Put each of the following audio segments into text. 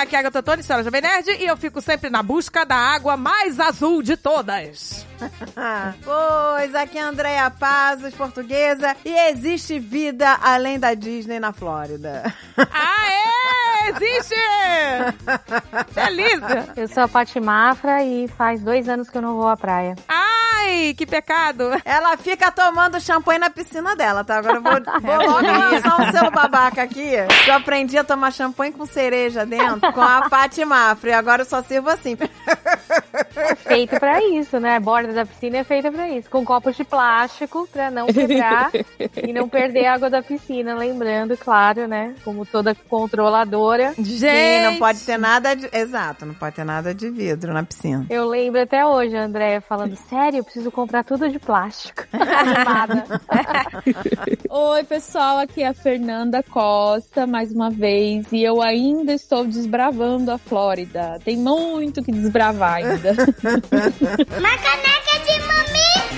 aqui é a Agatha Tony, senhora Jovem Nerd, e eu fico sempre na busca da água mais azul de todas. Ah, pois, aqui é a Andréia Pazos, portuguesa, e existe vida além da Disney na Flórida. Aê! Existe! Feliz! Eu sou a Paty Mafra e faz dois anos que eu não vou à praia. Ai, que pecado! Ela fica tomando champanhe na piscina dela, tá? Agora eu vou, vou logo lançar um selo babaca aqui. Eu aprendi a tomar champanhe com cereja dentro, com a Paty Mafra, e agora eu só sirvo assim. É Feito pra isso, né? A borda da piscina é feita pra isso. Com copos de plástico pra não quebrar e não perder a água da piscina. Lembrando, claro, né? Como toda controladora. Sim, Gente! não pode ter nada de... Exato, não pode ter nada de vidro na piscina. Eu lembro até hoje a Andréia falando: Sério, eu preciso comprar tudo de plástico. Animada. Oi, pessoal, aqui é a Fernanda Costa, mais uma vez, e eu ainda estou desbravando a Flórida. Tem muito que desbravar ainda. Macaneca de mamica!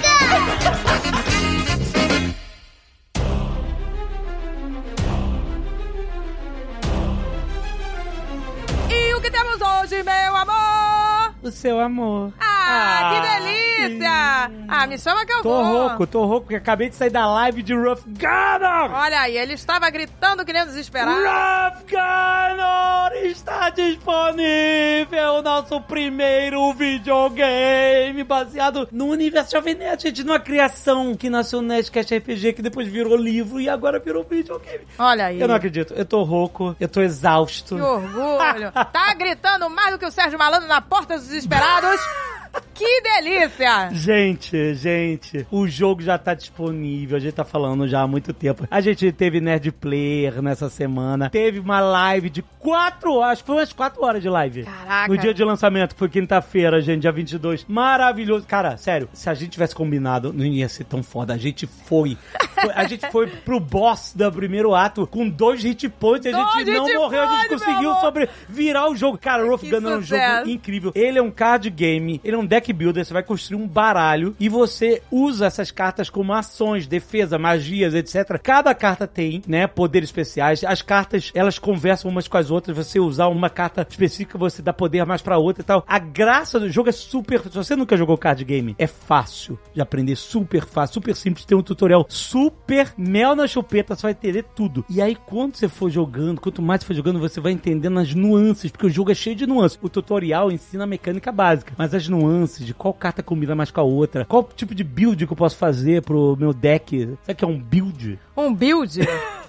E o que temos hoje, meu amor? O seu amor. Ah, Ah, que delícia! Ah, me chama que eu Tô vou. rouco, tô rouco, porque acabei de sair da live de Rough Gunner! Olha aí, ele estava gritando que nem um desesperado. Rough Gunner está disponível o nosso primeiro videogame baseado no universo Jovem Nerd, gente, numa criação que nasceu no Nerdcast RPG, que depois virou livro e agora virou videogame. Olha aí. Eu não acredito, eu tô rouco, eu tô exausto. Que orgulho. Tá gritando mais do que o Sérgio Malandro na porta dos desesperados. Que delícia! Gente, gente, o jogo já tá disponível, a gente tá falando já há muito tempo. A gente teve Nerd Player nessa semana, teve uma live de 4 horas, foi umas 4 horas de live. Caraca. No dia de lançamento, que foi quinta-feira, gente, dia 22. Maravilhoso. Cara, sério, se a gente tivesse combinado, não ia ser tão foda. A gente foi. Foi- a gente foi pro boss do primeiro ato com dois hit points. A Dois gente não hit morreu, a gente points, meu conseguiu amor. sobrevirar o jogo. Cara, Rough Que Gunner é um sucesso. jogo incrível. Ele é um card game, ele é um deck builder, você vai construir um baralho e você usa essas cartas como ações, defesa, magias, etc. Cada carta tem, né, poderes especiais. As cartas, elas conversam umas com as outras. Você usar uma carta específica, você dá poder mais pra outra e tal. A graça do jogo é super... Se você nunca jogou card game, é fácil de aprender, super fácil, super simples. Tem um tutorial super mel na chupeta, você vai entender tudo. E aí, quando você for jogando, quanto mais você for jogando, você vai entendendo as nuances, porque o jogo é cheio de nuances. O tutorial ensina a mecânica básica, mas as nuances de qual carta combina mais com a outra, qual tipo de build que eu posso fazer pro meu deck. Sabe o que é um build? Um build.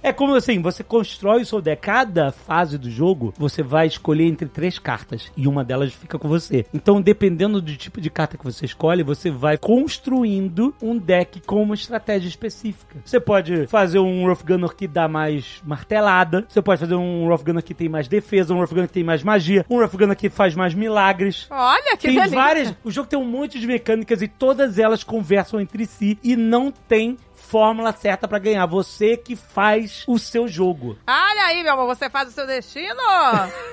É como assim, você constrói o seu deck. Cada fase do jogo, você vai escolher entre três cartas e uma delas fica com você. Então, dependendo do tipo de carta que você escolhe, você vai construindo um deck com uma estratégia específica. Você pode fazer um Rough Gunner que dá mais martelada, você pode fazer um Rough Gunner que tem mais defesa, um Rough Gunner que tem mais magia, um Rough Gunner que faz mais milagres Olha que tem delícia. várias. O jogo tem um monte de mecânicas e todas elas conversam entre si e não tem fórmula certa pra ganhar. Você que faz o seu jogo. Olha aí, meu amor, você faz o seu destino.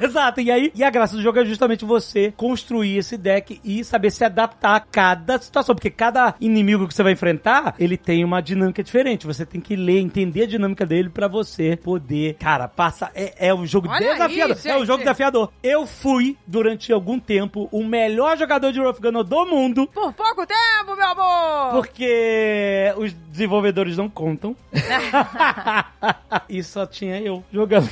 Exato. E aí, e a graça do jogo é justamente você construir esse deck e saber se adaptar a cada situação, porque cada inimigo que você vai enfrentar, ele tem uma dinâmica diferente. Você tem que ler, entender a dinâmica dele pra você poder, cara, passa é, é um jogo Olha aí, desafiador. é um gente. jogo desafiador. Eu fui durante algum tempo o melhor jogador de Rough Gunner do mundo. Por pouco tempo, meu amor. Porque os desenvolvedores não contam. e só tinha eu jogando.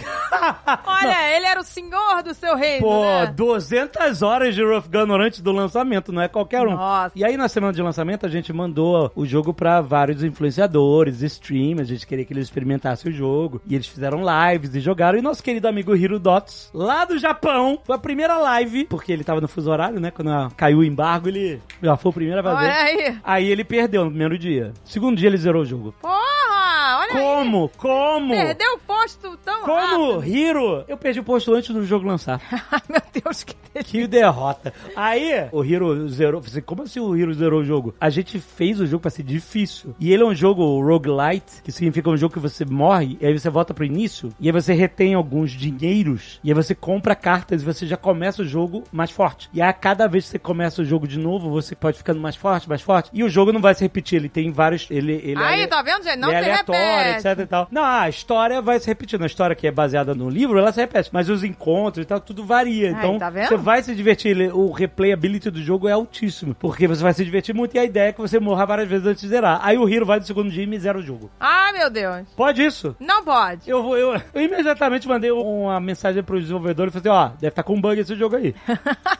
Olha, ele era o senhor do seu reino, Pô, né? 200 horas de Rough Gunner antes do lançamento, não é qualquer um. Nossa. E aí, na semana de lançamento, a gente mandou o jogo pra vários influenciadores, streamers, a gente queria que eles experimentassem o jogo. E eles fizeram lives e jogaram. E nosso querido amigo Hiro Dots, lá do Japão, foi a primeira live, porque ele tava no fuso horário, né? Quando ah, caiu o embargo, ele já foi o primeiro a fazer. Olha aí. Aí ele perdeu no primeiro dia. Segundo dia ele zerou o jogo. Porra, olha aí. Como? Como? Perdeu o posto tão Como? rápido. Hiro? Eu perdi o posto antes do jogo lançar. Ai, meu Deus, que delícia. Que derrota. Aí, o Hiro zerou. Falei, Como assim o Hiro zerou o jogo? A gente fez o jogo pra ser difícil. E ele é um jogo roguelite, que significa um jogo que você morre, e aí você volta pro início, e aí você retém alguns dinheiros, e aí você compra cartas e você já começa o jogo mais forte. E a cada vez que você começa o jogo de novo, você pode ficando mais forte, mais forte. E o jogo não vai se repetir, ele tem vários. Ele, ele Aí, ele- tá vendo, gente? Não ele é se aleatório, repete. etc e tal. Não, a história vai se repetindo. A história que é baseada no livro, ela se repete. Mas os encontros e tal, tudo varia. então, tá vendo? você vai se divertir. O replayability do jogo é altíssimo. Porque você vai se divertir muito e a ideia é que você morra várias vezes antes de zerar. Aí o Hiro vai no segundo dia e me zera o jogo. Ai, Ah, meu Deus. Pode isso? Não pode. Eu, vou, eu, eu imediatamente mandei uma mensagem pro desenvolvedor e falei assim, ó, deve estar com bug esse jogo aí.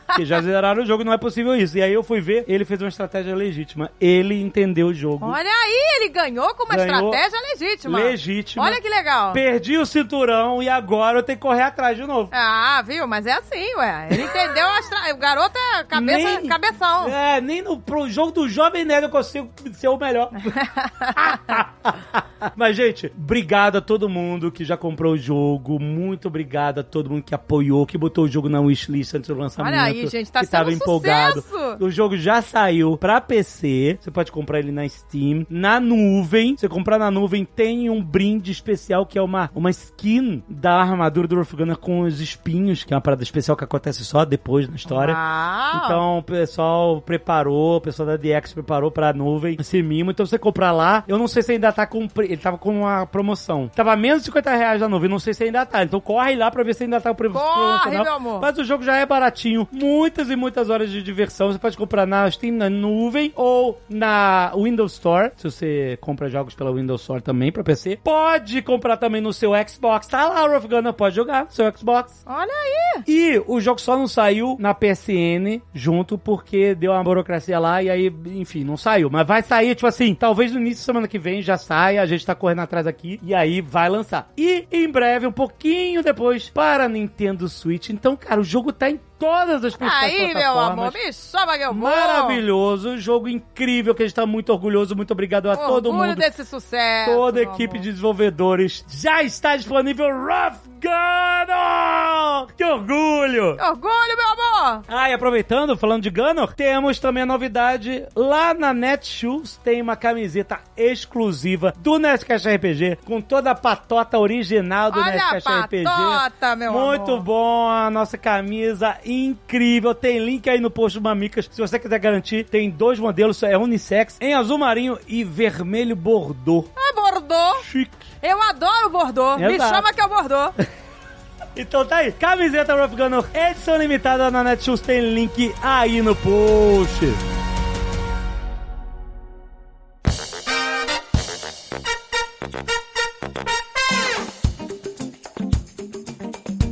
Porque já zeraram o jogo, não é possível isso. E aí eu fui ver, ele fez uma estratégia legítima. Ele entendeu o jogo. Olha aí, ele ganhou com uma Ganhou. estratégia legítima. legítima. Olha que legal. Perdi o cinturão e agora eu tenho que correr atrás de novo. Ah, viu? Mas é assim, ué. Ele entendeu a estra... O garoto é cabeça... Nem- cabeção. É, nem no pro jogo do Jovem Nerd eu consigo ser o melhor. Mas, gente, obrigado a todo mundo que já comprou o jogo. Muito obrigado a todo mundo que apoiou, que botou o jogo na wishlist antes do lançamento. Olha aí, gente, tá que sendo tava um empolgado. sucesso. O jogo já saiu pra PC. Você pode comprar ele na Steam. Na nuvem. Você comprar na nuvem, tem um brinde especial que é uma, uma skin da armadura do Rolf Gunner com os espinhos, que é uma parada especial que acontece só depois na história. Ah, Então o pessoal preparou, o pessoal da DX preparou pra nuvem esse mimo. Então você comprar lá, eu não sei se ainda tá com. pre- Ele tava com uma promoção. Tava menos de 50 reais na nuvem, não sei se ainda tá. Então corre lá pra ver se ainda tá o preço corre, promocional. meu amor. Mas o jogo já é baratinho, muitas e muitas horas de diversão. Você pode comprar na Steam, na nuvem ou na Windows Store, se você compra jogos pela Windows Store também pra PC. Pode comprar também no seu Xbox. Tá lá, o Rough Gunner pode jogar no seu Xbox. Olha E o jogo só não saiu na PSN junto porque deu uma burocracia lá e aí, enfim, não saiu. Mas vai sair, tipo assim, talvez no início da semana que vem já saia, a gente tá correndo atrás aqui e aí vai lançar. E em breve, um pouquinho depois, para Nintendo Switch. Então, cara, o jogo tá em todas as principais aí, meu plataformas. amor. Me chama que eu vou. Maravilhoso, um jogo incrível que a gente tá muito orgulhoso. Muito obrigado a todo Orgulho mundo. desse sucesso. Toda a meu equipe amor. de desenvolvedores já está disponível Rough Gunner! Que orgulho! Orgulho, meu amor. Ah, e aproveitando, falando de Gunner, temos também a novidade lá na Netshoes, tem uma camiseta exclusiva do Nerdcast RPG, com toda a patota original do Olha a Nerdcast RPG. patota, meu Muito amor. bom, a nossa camisa incrível. Tem link aí no post do Mamicas. Se você quiser garantir, tem dois modelos, é unissex, em azul marinho e vermelho bordô. Ah, bordô. Chique. Eu adoro bordô. Me Exato. chama que eu bordô. Então tá aí, camiseta Rough Gunner, edição limitada na Netshoes, tem link aí no post.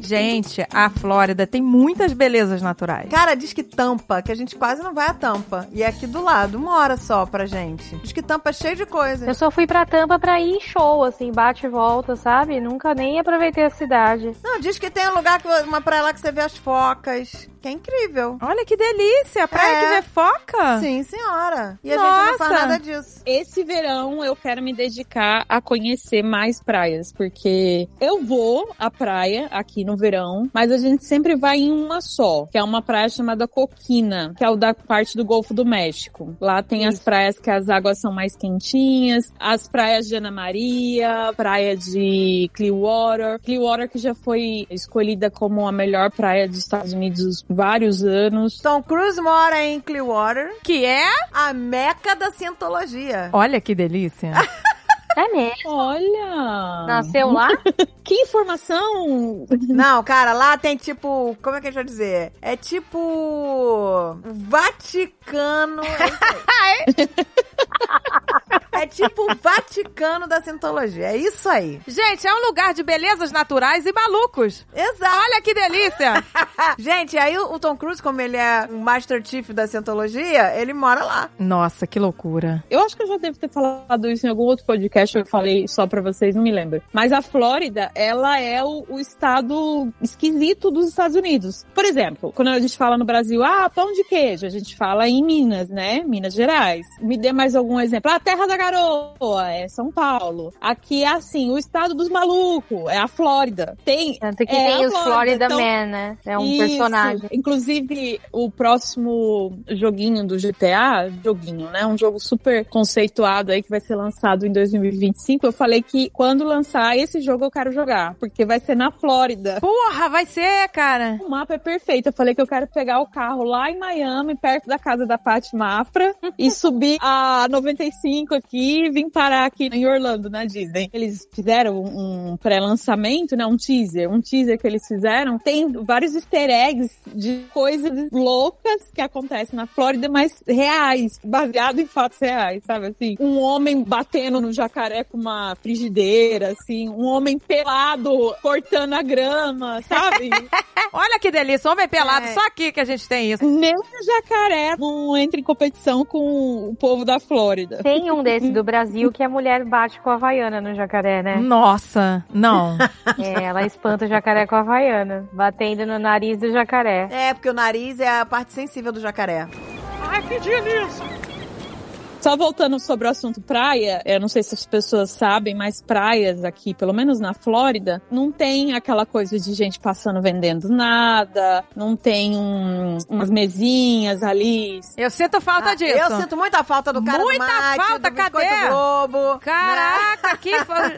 Gente, a Flórida tem muitas belezas naturais. Cara, diz que tampa, que a gente quase não vai a tampa. E é aqui do lado, uma hora só pra gente. Diz que tampa é cheio de coisa. Eu só fui pra Tampa pra ir em show, assim, bate e volta, sabe? Nunca nem aproveitei a cidade. Não, diz que tem um lugar, que, uma praia lá que você vê as focas. Que é incrível. Olha que delícia. Praia É. que vê foca. Sim, senhora. E a gente não Ah. Nossa. faz nada disso. Esse verão eu quero me dedicar a conhecer mais praias, porque eu vou à praia aqui no verão, mas a gente sempre vai em uma só, que é uma praia chamada Coquina, que é o da parte do Golfo do México. Lá tem as praias que as águas são mais quentinhas, as praias de Ana Maria, praia de Clearwater. Clearwater que já foi escolhida como a melhor praia dos Estados Unidos vários anos. Tom Cruise mora em Clearwater, Que é? a meca da cientologia. Olha que delícia. É mesmo? Olha! Nasceu lá? Que informação! Não, cara, lá tem tipo. Como é que a gente vai dizer? É tipo. Vaticano. é isso aí. É tipo o Vaticano da Scientologia. É isso aí. Gente, é um lugar de belezas naturais e malucos. Exato. Olha que delícia. Gente, aí o o Tom Cruise, como ele é um Master Chief da Scientologia, ele mora lá. Nossa, que loucura. Eu acho que eu já devo ter falado isso em algum outro podcast, eu falei só pra vocês, não me lembro. Mas a Flórida, ela é o, o estado esquisito dos Estados Unidos. Por exemplo, quando a gente fala no Brasil, ah, pão de queijo, a gente fala em Minas, né? Minas Gerais. Me dê mais algum exemplo. Ah, Terra da Garoa, é São Paulo. Aqui é assim, o estado dos malucos, é a Flórida. Tem Tanto que É, tem os agora, Florida então- Man, né? É um isso. personagem. Inclusive, o próximo joguinho do GTA, joguinho, né? Um jogo super conceituado aí que vai ser lançado em 2025. Eu falei que quando lançar esse jogo eu quero jogar, porque vai ser na Flórida. Porra, vai ser, cara. O mapa é perfeito. Eu falei que eu quero pegar o carro lá em Miami, perto da casa da Pat Mafra, e subir a 95 aqui e vim parar aqui em Orlando, na Disney. Eles fizeram um pré-lançamento, né? Um teaser. Um teaser que eles fizeram. Tem vários easter eggs de coisas loucas que acontecem na Flórida, mas reais, baseado em fatos reais, sabe assim? Um homem batendo no jacaré com uma frigideira, assim. Um homem pelado cortando a grama, sabe? Olha que delícia, homem pelado, só aqui que a gente tem isso. Nem o jacaré não entra em competição com o povo da Flórida. Tem um desse do Brasil que a mulher bate com a Havaiana no jacaré, Hum. né? É. Nossa, não. É, ela espanta o jacaré com a Havaiana, batendo no nariz do jacaré. É, porque o nariz é a parte sensível do jacaré. Só voltando sobre o assunto praia, eu não sei se as pessoas sabem, mas praias aqui, pelo menos na Flórida, não tem aquela coisa de gente passando vendendo nada, não tem um- umas mesinhas ali. Ah, Eu sinto falta disso. Ah, Eu sinto muita falta do cara Muita do mate, falta, do biscoito cadê? Globo. Caraca, que.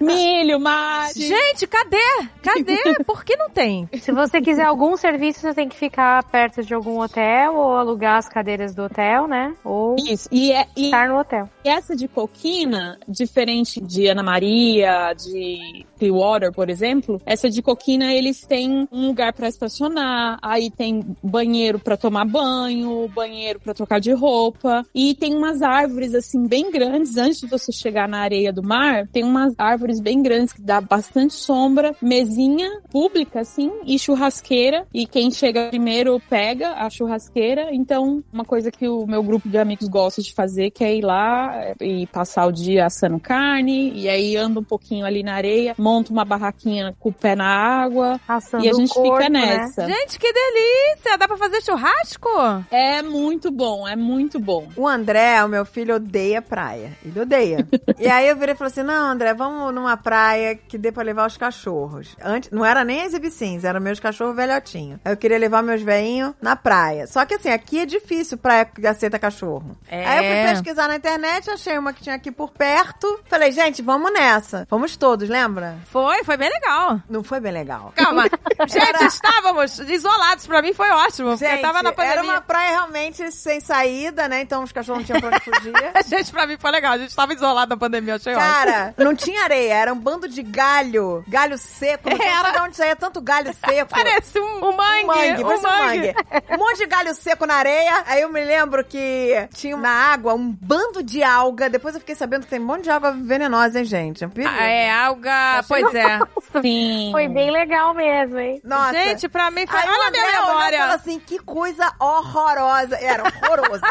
Milho, mate. Gente, cadê? Cadê? Por que não tem? Se você quiser algum serviço, você tem que ficar perto de algum hotel ou alugar as cadeiras do hotel, né? Ou Isso. E, é- e estar no hotel. E essa de coquina, diferente de Ana Maria, de Clearwater, por exemplo, essa de coquina eles têm um lugar pra estacionar, aí tem banheiro pra tomar banho, banheiro pra trocar de roupa, e tem umas árvores assim bem grandes antes de você chegar na areia do mar, tem umas árvores bem grandes que dá bastante sombra, mesinha pública assim e churrasqueira, e quem chega primeiro pega a churrasqueira. Então, uma coisa que o meu grupo de amigos gosta de fazer que é ir lá e passar o dia assando carne, e aí anda um pouquinho ali na areia, monta uma barraquinha com o pé na água, Assando e a gente o corpo, fica né? nessa. Gente, que delícia! Dá pra fazer churrasco? É muito bom, é muito bom. O André, o meu filho, odeia praia. Ele odeia. e aí eu virei e falei assim: não, André, vamos numa praia que dê pra levar os cachorros. Antes, não era nem as ibicins, eram meus cachorros velhotinhos. Aí eu queria levar meus veinhos na praia. Só que assim, aqui é difícil praia que aceita cachorro. É. Aí eu fui pesquisar na internet, achei uma que tinha aqui por perto. Falei, gente, vamos nessa. Vamos todos, lembra? Foi, foi bem legal. Não foi bem legal. Calma. Gente, estávamos isolados. Pra mim foi ótimo, porque eu tava na era pandemia. uma praia realmente sem saída, né? Então os cachorros não tinham pra onde fugir. Gente, pra mim foi legal. A gente tava isolado na pandemia, achei ótimo. Cara, não tinha areia, era um bando de galho, galho seco. Não era. de onde saía tanto galho seco. Parece um, um mangue. Um mangue, um parecia um mangue. mangue. Um monte de galho seco na areia. Aí eu me lembro que tinha na água um bando de alga. Depois eu fiquei sabendo que tem um monte de alga venenosa, hein, gente? É um perigo. Ah, é, alga. Pois é. Sim. Foi bem legal mesmo, hein? Nossa. Gente, pra mim foi. Aí Olha o a André minha olhou e memória. falou assim, que coisa horrorosa. Era horroroso.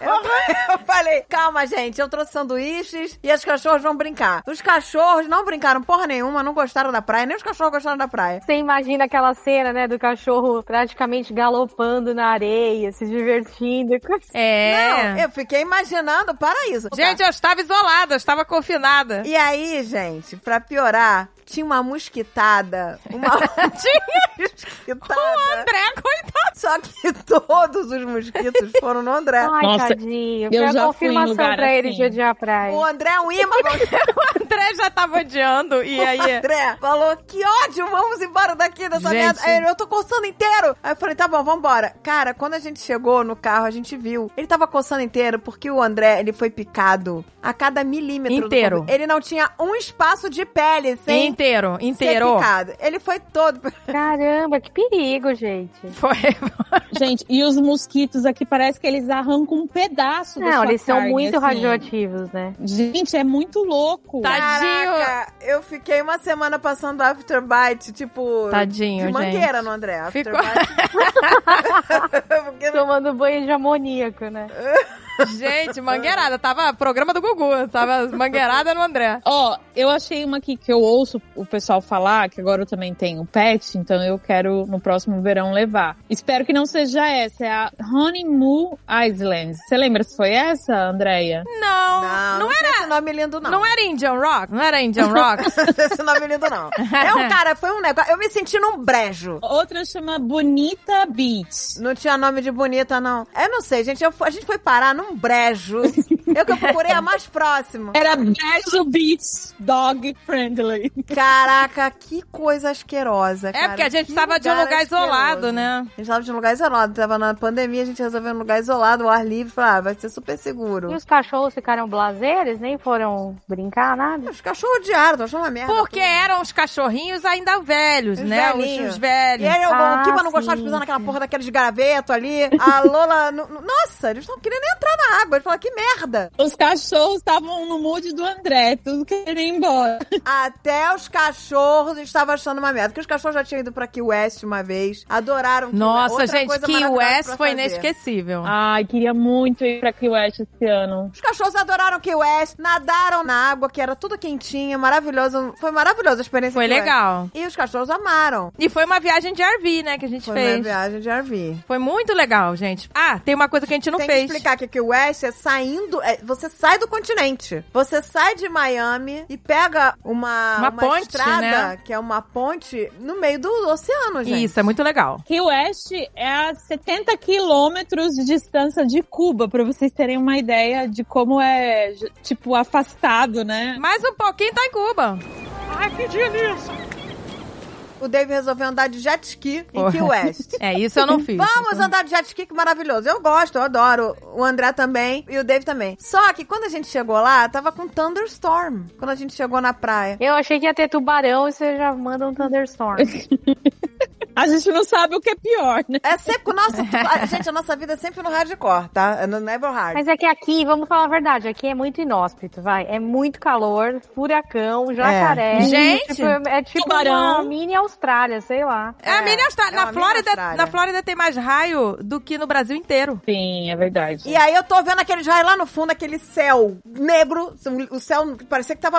Era- eu falei, calma, gente, eu trouxe sanduíches e as cachorros vão brincar. Os cachorros não brincaram porra nenhuma, não gostaram da praia, nem os cachorros gostaram da praia. Você imagina aquela cena, né, do cachorro praticamente galopando na areia, se divertindo. É. assim, Não, Então, eu fiquei imaginando o paraíso. Gente, eu estava isolada, eu estava confinada. E aí, gente, pra piorar, tinha uma mosquitada. Uma mosquitada. André, coitado. Só que todos os mosquitos foram no André. Ai, Nossa, tadinho. eu Foi já a fui em confirmação lugar pra ele assim. de odiar a praia. O André é um imã pra O André já tava odiando. E aí. O André falou, que ódio, vamos embora daqui dessa Gente. merda. Aí ele, eu tô coçando inteiro. Aí eu falei, tá bom, vambora. Cara, quando a gente chegou no carro, a gente viu. Ele tava coçando inteiro porque o André, ele foi picado a cada milímetro. do Inteiro. corpo. Ele não tinha um espaço de pele sem Inteiro, ser inteiro. é picado. Ele foi todo... Caramba, que perigo, gente. Foi. Gente, e os mosquitos aqui parece que eles arrancam um pedaço da Não, sua eles são carne, muito assim. radioativos, né? Gente, é muito louco. Tá Tadinho. Caraca, eu fiquei uma semana passando afterbite, tipo... Tadinho, de gente. mangueira no André. Ficou- Afterbite. Porque não- Tomando banho de amoníaco, né? Gente, mangueirada. Tava programa do Gugu. Tava mangueirada no André. Ó, eu achei uma aqui que eu ouço o pessoal falar, que agora eu também tenho pet, então eu quero no próximo verão levar. Espero que não seja essa, é a Honeymoon Island. Você lembra se foi essa, Andréia? Não, Não, não, não, era esse nome lindo, não. não era Indian Rock? Não era Indian Rock? esse nome lindo, não. É um cara, foi um negócio. Eu me senti num brejo. Outra chama Bonita Beach. Não tinha nome de bonita, não. Eu não sei, gente. eu fu- a gente foi parar num brejo Eu que eu procurei a mais próxima. É. Era Bezel Beats Dog Friendly. Caraca, que coisa asquerosa, É, cara. porque a gente Que precisava de um lugar asqueroso. isolado, né? A gente tava de um lugar isolado, tava na pandemia, a gente resolveu um lugar isolado, ao ar livre, falava, ah, vai ser super seguro. E os cachorros ficaram blazeres, nem foram brincar, nada. Os cachorros odiaram, tô achando uma merda. Porque eram os cachorrinhos ainda velhos, Os né? velhinhos. Os, os velhos. E aí, eu, Ah, o Kiba não gostava de sim, pisar naquela porra daqueles garavetos ali. A Lola. nu- nu- Nossa, eles não queriam nem entrar na água. Eles falaram, que merda. Os cachorros estavam no mood do André, tudo querendo ir embora. Até os cachorros estavam achando uma merda. Porque os cachorros já tinham ido pra Key West uma vez. Adoraram Key Nossa, Outra gente, coisa que o maravilhosa Wes pra foi fazer. Ah, inesquecível. Ai, queria muito ir pra Key West esse ano. Os cachorros adoraram Key West, nadaram na água, que era tudo quentinha, maravilhoso. Foi maravilhosa a experiência. foi em Key West. legal. E os cachorros amaram. E foi uma viagem de RV, né, que a gente Foi uma fez. viagem de RV. Foi muito legal, gente. Ah, tem uma coisa que a gente não Tem fez. que explicar que, que o West é saindo. é, você sai do continente. Você sai de Miami e pega uma, Uma ponte, estrada, né? que é uma ponte, no meio do oceano, gente. Isso, é muito legal. Key West é a 70 quilômetros de distância de Cuba, pra vocês terem uma ideia de como é, tipo, afastado, né? Mais um pouquinho tá em Cuba. O Dave resolveu andar de jet ski em Porra. Key West. É, isso eu não fiz. Vamos andar de jet ski, que maravilhoso. Eu gosto, eu adoro. O André também e o Dave também. Só que quando a gente chegou lá, tava com thunderstorm. Quando a gente chegou na praia. Eu achei que ia ter tubarão e você já manda um thunderstorm. A gente não sabe o que é pior, né? É sempre o nosso. a- gente, a nossa vida é sempre no hardcore, tá? É no never hard. Mas é que aqui, vamos falar a verdade, aqui é muito inóspito, vai. É muito calor, furacão, jacaré. É. Gente! Tipo, é tipo Tubarão. uma mini Austrália, sei lá. É a mini Austrália. é uma na, mini Flórida, Austrália. na Flórida tem mais raio do que no Brasil inteiro. Sim, é verdade. E aí eu tô vendo aquele raio lá no fundo, aquele céu negro, um, o céu parecia que tava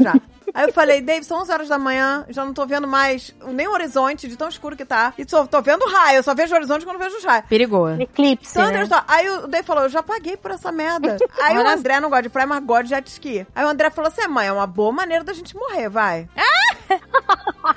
já. Aí eu falei, Dave, são 11 horas da manhã, já não tô vendo mais nem o horizonte de tão escuro que tá. E só tô vendo raio, eu só vejo o horizonte quando vejo os raios. Perigoso. Eclipse, né? Thunderstorm. Aí o Dave falou, eu já paguei por essa merda. Aí o André não gosta de praia, mas gosta de jet ski. Aí o André falou assim, mãe, é uma boa maneira da gente morrer, vai.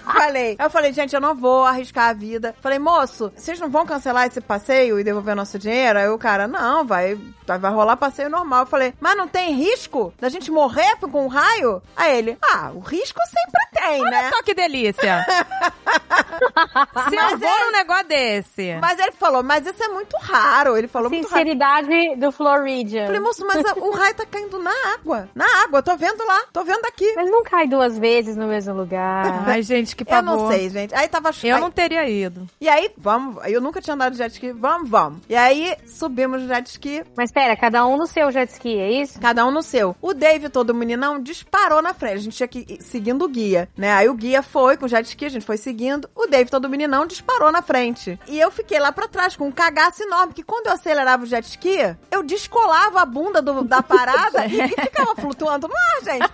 falei. Aí eu falei, gente, eu não vou arriscar a vida. Falei, moço, vocês não vão cancelar esse passeio e devolver nosso dinheiro? Aí o cara, não, vai, vai rolar passeio normal. Eu falei, mas não tem risco da gente morrer com um raio? Aí ele, ah, o risco sempre tem, né? Só que delícia. Se eu Mas vou é- num negócio desse. Mas ele falou, mas isso é muito raro. Ele falou muito raro. Sinceridade do Floridian. Eu falei, moço, mas a- o raio tá caindo na água. Na água, eu tô vendo lá, tô vendo aqui. Mas não cai duas vezes no mesmo lugar. Ai, gente, que Eu pavor. não sei, gente. Aí tava Eu aí- não teria ido. E aí, vamos. Eu nunca tinha andado de jet ski. Vamos, vamos. E aí, subimos de jet ski, Mas pera, cada um no seu jet ski, é isso? cada um no seu. O Dave, todo meninão, disparou na frente. A gente tinha que ir seguindo o guia, né? Aí o guia foi com o jet ski, a gente foi seguindo. O Dave, todo meninão, disparou na frente. E eu fiquei lá pra trás com um cagaço enorme, que quando eu acelerava o jet ski, eu descolava a bunda do- da parada e, e ficava flutuando no ar, gente.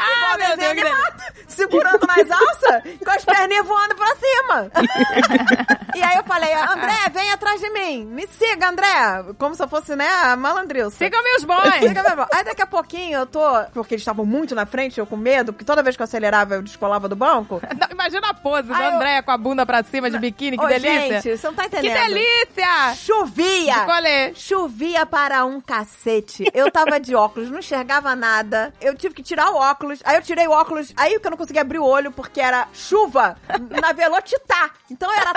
Ah, meu desenho Deus. segurando nas alças, com as perninhas voando pra cima. e aí eu falei, André, vem atrás de mim. Me siga, André. Como se eu fosse, né, a malandrilça. Siga meus bons. Siga, meu irmão. Aí daqui a pouquinho eu tô. Porque eles estavam muito na frente, eu com medo, porque toda vez que eu acelerava eu descolava do banco. Não, imagina a pose Ai, da eu- Andréia com a bunda pra cima de biquíni, que Ô, delícia. Gente, você É. não tá que entendendo. delícia! Chovia! De colê. Chovia para um cacete. Eu tava de óculos, não enxergava nada. Eu tive que tirar o óculos. Aí eu tirei o óculos. Aí que eu não conseguia abrir o olho porque era chuva na velotitá. Então era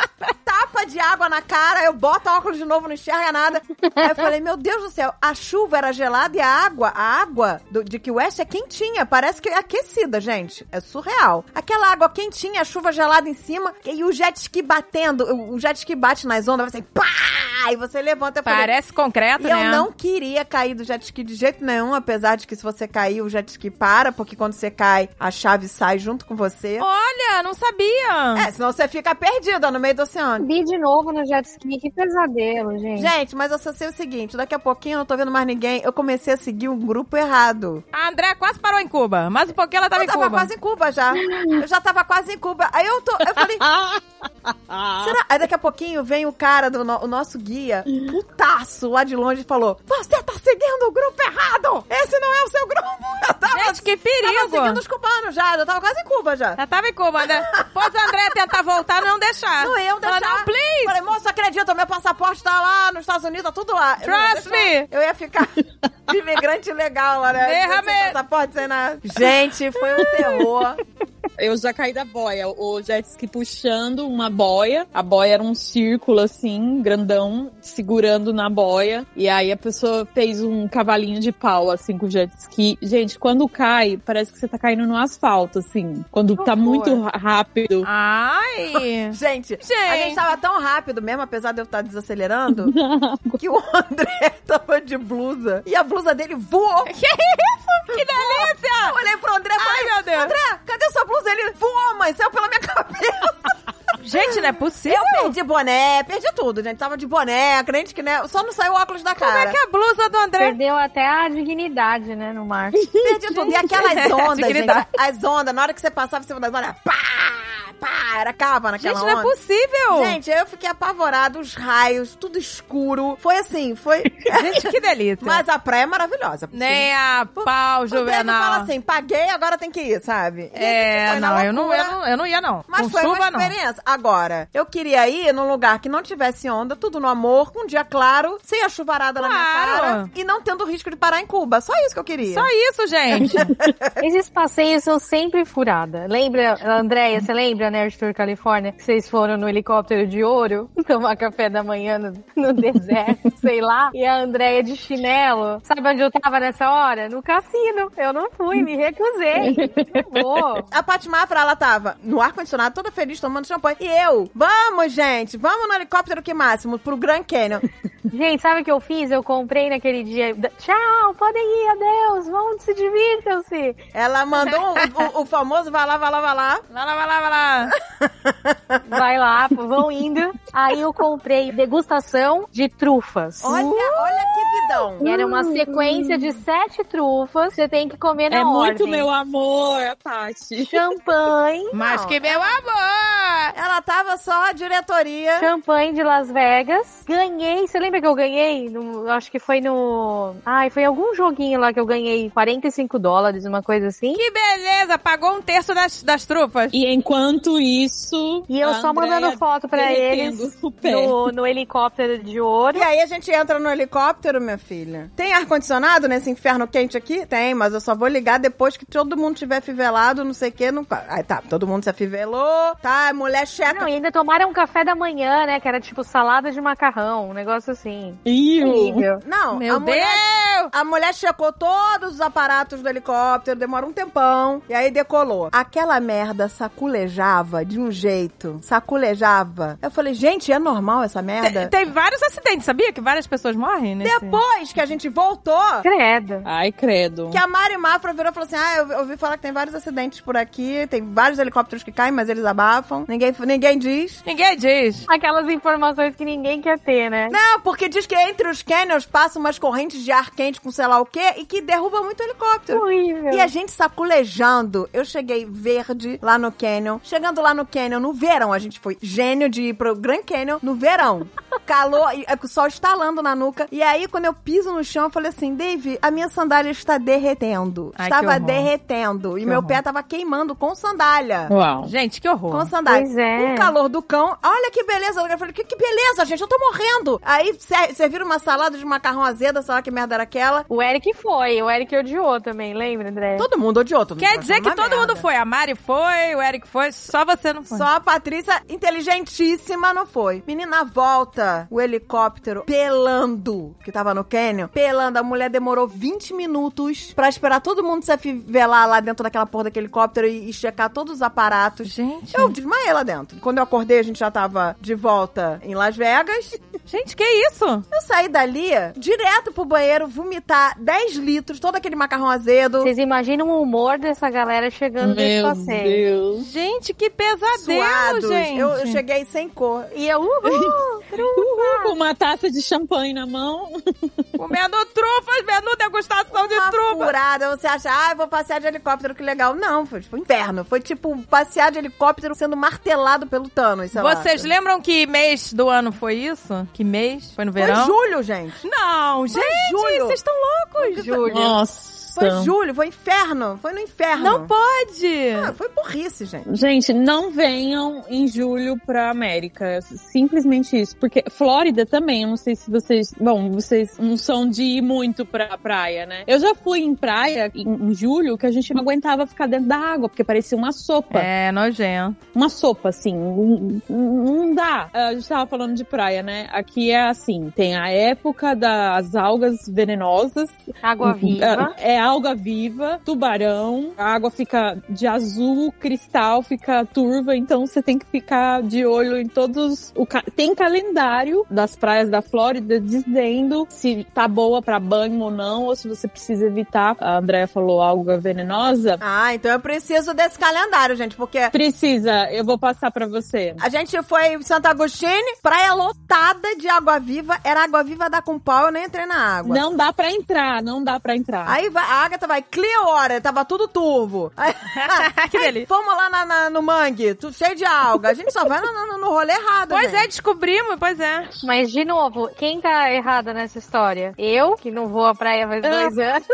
tapa de água na cara. Eu boto o óculos de novo, não enxerga nada. Aí eu falei, meu Deus do céu, a chuva era gelada e a água, a água do, de que West é quentinha. Parece que é aquecida, gente. É surreal. Aquela água quentinha, a chuva gelada em cima e o jet ski batendo. O o jet ski bate nas ondas, vai assim, pá! E você levanta. Eu falei, Parece concreto, e né? eu não queria cair do jet ski de jeito nenhum, apesar de que se você cair, o jet ski para, porque quando você cai, a chave sai junto com você. Olha, não sabia. É, senão você fica perdida no meio do oceano. Bi de novo no jet ski, que pesadelo, gente. Gente, mas eu só sei o seguinte, daqui a pouquinho eu não tô vendo mais ninguém, eu comecei a seguir um grupo errado. A Andréia quase parou em Cuba, mas um pouquinho ela tava eu em tava Cuba. quase em Cuba já. Eu já tava quase em Cuba. Aí eu tô, eu falei, Ah! será? Aí daqui a pouquinho vem o cara do no- o nosso guia, putaço. braço lá de longe e falou: Você tá seguindo o grupo errado! Esse não é o seu grupo! Eu tava, Gente, que tava seguindo perigo! os cubanos já, eu tava quase em Cuba já. Já tava em Cuba, né? Pode a André tentar voltar, não deixar. Não, eu Ela, deixar. Ah, Não, please! Falei, moço, acredita, meu passaporte tá lá nos Estados Unidos, tá tudo lá. Eu não ia Trust deixar. me. Eu ia ficar de imigrante legal lá, né? Derra Sem mesmo. passaporte, sem nada. Gente, foi um terror. Eu já caí da boia, o jet ski puxando uma boia. A boia era um círculo assim, grandão, segurando na boia. E aí a pessoa fez um cavalinho de pau assim com o jet ski. Gente, quando cai, parece que você tá caindo no asfalto assim, quando Que tá horror. muito ra- rápido. Ai! Gente, a gente Gente! tava tão rápido mesmo, apesar de eu estar desacelerando, que o André tava de blusa. E a blusa dele voou. Que isso? Que delícia! Eu olhei pro André e Ai, falei, meu Deus! André, cadê sua blusa? Ele voou, mãe, saiu pela minha cabeça. Gente, não é possível! Eu perdi boné, perdi tudo, gente. Tava de boné, crente que, né? Só não saiu o óculos da Como cara. é que é a blusa do André? Perdeu até a dignidade, né, no mar. Perdi tudo. E É, aquelas ondas, gente. dignidade. As ondas, na hora que você passava em cima das ondas, era pá, pá, era cava naquela Gente, não onda. é possível! Gente, eu fiquei apavorada, os raios, tudo escuro. Foi assim, foi. Gente, que delícia! Mas a praia é maravilhosa. porque Nem a pau, o Pedro fala Né, Juvenal. assim, paguei, agora tem que ir, sabe? E a gente É, foi na não eu, não, loucura. eu não, eu não ia, não. Mas Com foi chuva, uma não. experiência. Agora, eu queria ir num lugar que não tivesse onda, tudo no amor, com um dia claro, sem a chuvarada na minha Claro. cara e não tendo risco de parar em Cuba. Só isso que eu queria. Só isso, gente. Esses passeios são sempre furada. Lembra, Andréia, você lembra, Nerd Tour Califórnia, que vocês foram no helicóptero de ouro tomar café da manhã no, no deserto, sei lá, e a Andréia de chinelo. Sabe onde eu tava nessa hora? No cassino. Eu não fui, me recusei. Não vou. A Paty Mafra, ela tava no ar-condicionado, toda feliz, tomando champanhe. E eu, vamos, gente, vamos no helicóptero que máximo, pro Grand Canyon. Gente, sabe o que eu fiz? Eu comprei naquele dia. da- Tchau, podem ir, adeus, vão, se divirtam-se. Ela mandou um, o, o- o famoso vai lá, vai lá, vai lá. Vai lá, vai lá, vai lá. Vai lá, vão indo. Aí eu comprei degustação de trufas. Olha, Uh. olha que vidão. E Era uma sequência de sete trufas. Você tem que comer na é muito ordem. meu amor, a Paty. Champanhe. Mas que meu amor! Ela tava só a diretoria. Champanhe de Las Vegas. Ganhei. Você lembra que eu ganhei? No- acho que foi no. Ai, foi em algum joguinho lá que eu ganhei 45 dólares, uma coisa assim. Que beleza! Pagou um terço das, das trufas. E enquanto isso, E eu a só Andrea mandando foto pra derretendo eles o pé. no, no helicóptero de ouro. E aí a gente entra no helicóptero, minha filha. Tem ar-condicionado nesse inferno quente aqui? Tem, mas eu só vou ligar depois que todo mundo tiver fivelado, não sei o quê. Não... Aí tá, todo mundo se afivelou, tá, mulher checa. Não, e ainda tomaram um café da manhã, né? Que era tipo salada de macarrão, um negócio assim. Ih, o- Incrível. Não, Meu a mulher Deus! A mulher checou todos os aparatos do helicóptero, demora um tempão, e aí decolou. Aquela merda saculejava de um jeito, saculejava. Eu falei, gente, é normal essa merda? Tem vários acidentes, sabia? Que várias pessoas morrem, né? Depois que a gente voltou, Credo. Ai, credo. que a Mari Mafra virou e falou assim, ah, eu ouvi falar que tem vários acidentes por aqui, tem vários helicópteros que caem, mas eles abafam, ninguém, ninguém diz. Ninguém diz. Aquelas informações que ninguém quer ter, né? Não, porque diz que entre os canyons passam umas correntes de ar quente com sei lá o quê, e que derruba muito o helicóptero. Horrível. E a gente saculejando. Eu cheguei verde lá no Canyon. Chegando lá no Canyon, no verão, a gente foi gênio de ir pro Grand Canyon no verão. Calor, e- é, com o sol estalando na nuca. E aí, quando eu piso no chão, eu falei assim, Dave, a minha sandália está derretendo. Ai, que Estava horror. derretendo. E Que meu horror. pé tava queimando com sandália. Uau. Gente, que horror. Com sandália. Pois é. O calor do cão. Olha que beleza. Eu falei, que, que beleza, gente. Eu tô morrendo. Aí ser- serviram uma salada de macarrão azeda, sei lá que merda era aquela. O Eric foi, o Eric odiou também, lembra, André? Todo mundo odiou. Todo mundo É. Quer achou dizer que é uma todo merda. mundo foi. A Mari foi, o Eric foi, só você não foi. Só a Patrícia, inteligentíssima, não foi. Menina, volta o helicóptero pelando, que tava no cânion, pelando. A mulher demorou 20 minutos pra esperar todo mundo se afivelar lá dentro daquela porra daquele helicóptero e, e checar todos os aparatos. Gente, Eu desmaiei lá dentro. Quando eu acordei, a gente já tava de volta em Las Vegas. gente, que isso? Eu saí dali direto pro banheiro, vomitar 10 litros, todo aquele macarrão azedo. Vocês imaginam o humor dessa galera chegando nesse Meu passeio. Deus. Gente, que pesadelo, Suados. gente. Eu, eu cheguei sem cor. E eu, uhul, Tá. Uhul, como uma taça de champanhe na mão. Comendo trufas, menu degustação de Uma trufas. furada, você acha, ah, eu vou passear de helicóptero, que legal. Não, foi tipo inferno. Foi tipo passear de helicóptero sendo martelado pelo Thanos, sei lá. Vocês lembram que mês do ano foi isso? Que mês? Foi no Foi verão? julho, gente. Não, gente, julho. vocês estão loucos. Julho. Nossa. Foi julho, foi inferno. Foi no inferno. Não pode. Ah, foi burrice, gente. Gente, não venham em julho pra América. É Simplesmente isso. Porque Flórida também, eu não sei se vocês. Bom, vocês não são de ir muito pra praia, né? Eu já fui em praia em, em julho que a gente não aguentava ficar dentro da água, porque parecia uma sopa. É, nojento. Uma sopa, assim. um- um- Não dá. A gente tava falando de praia, né? Aqui é assim: tem a época das algas venenosas, Água viva. é, é alga viva, tubarão, a água fica de azul, cristal fica turva, então você tem que ficar de olho em todos. O ca- Tem calendário das praias da Flórida dizendo se tá boa pra banho ou não, ou se você precisa evitar. A Andrea falou alga venenosa. Ah, então eu preciso desse calendário, gente, porque Precisa, eu vou passar pra você. a gente foi em Santo Agostinho, praia lotada de água viva, era água viva dar com pau, eu nem entrei na água. Não dá pra entrar, não dá pra entrar. Aí vai- a Agatha vai, clear hora, tava tudo turvo. Aí, que delícia. Vamos lá na- na- no mangue, tudo cheio de alga. A gente só vai no, no, no rolê errado. Pois gente. é, descobrimos, pois é. Mas, de novo, quem tá errada nessa história? Eu, que não vou à praia faz dois é. anos.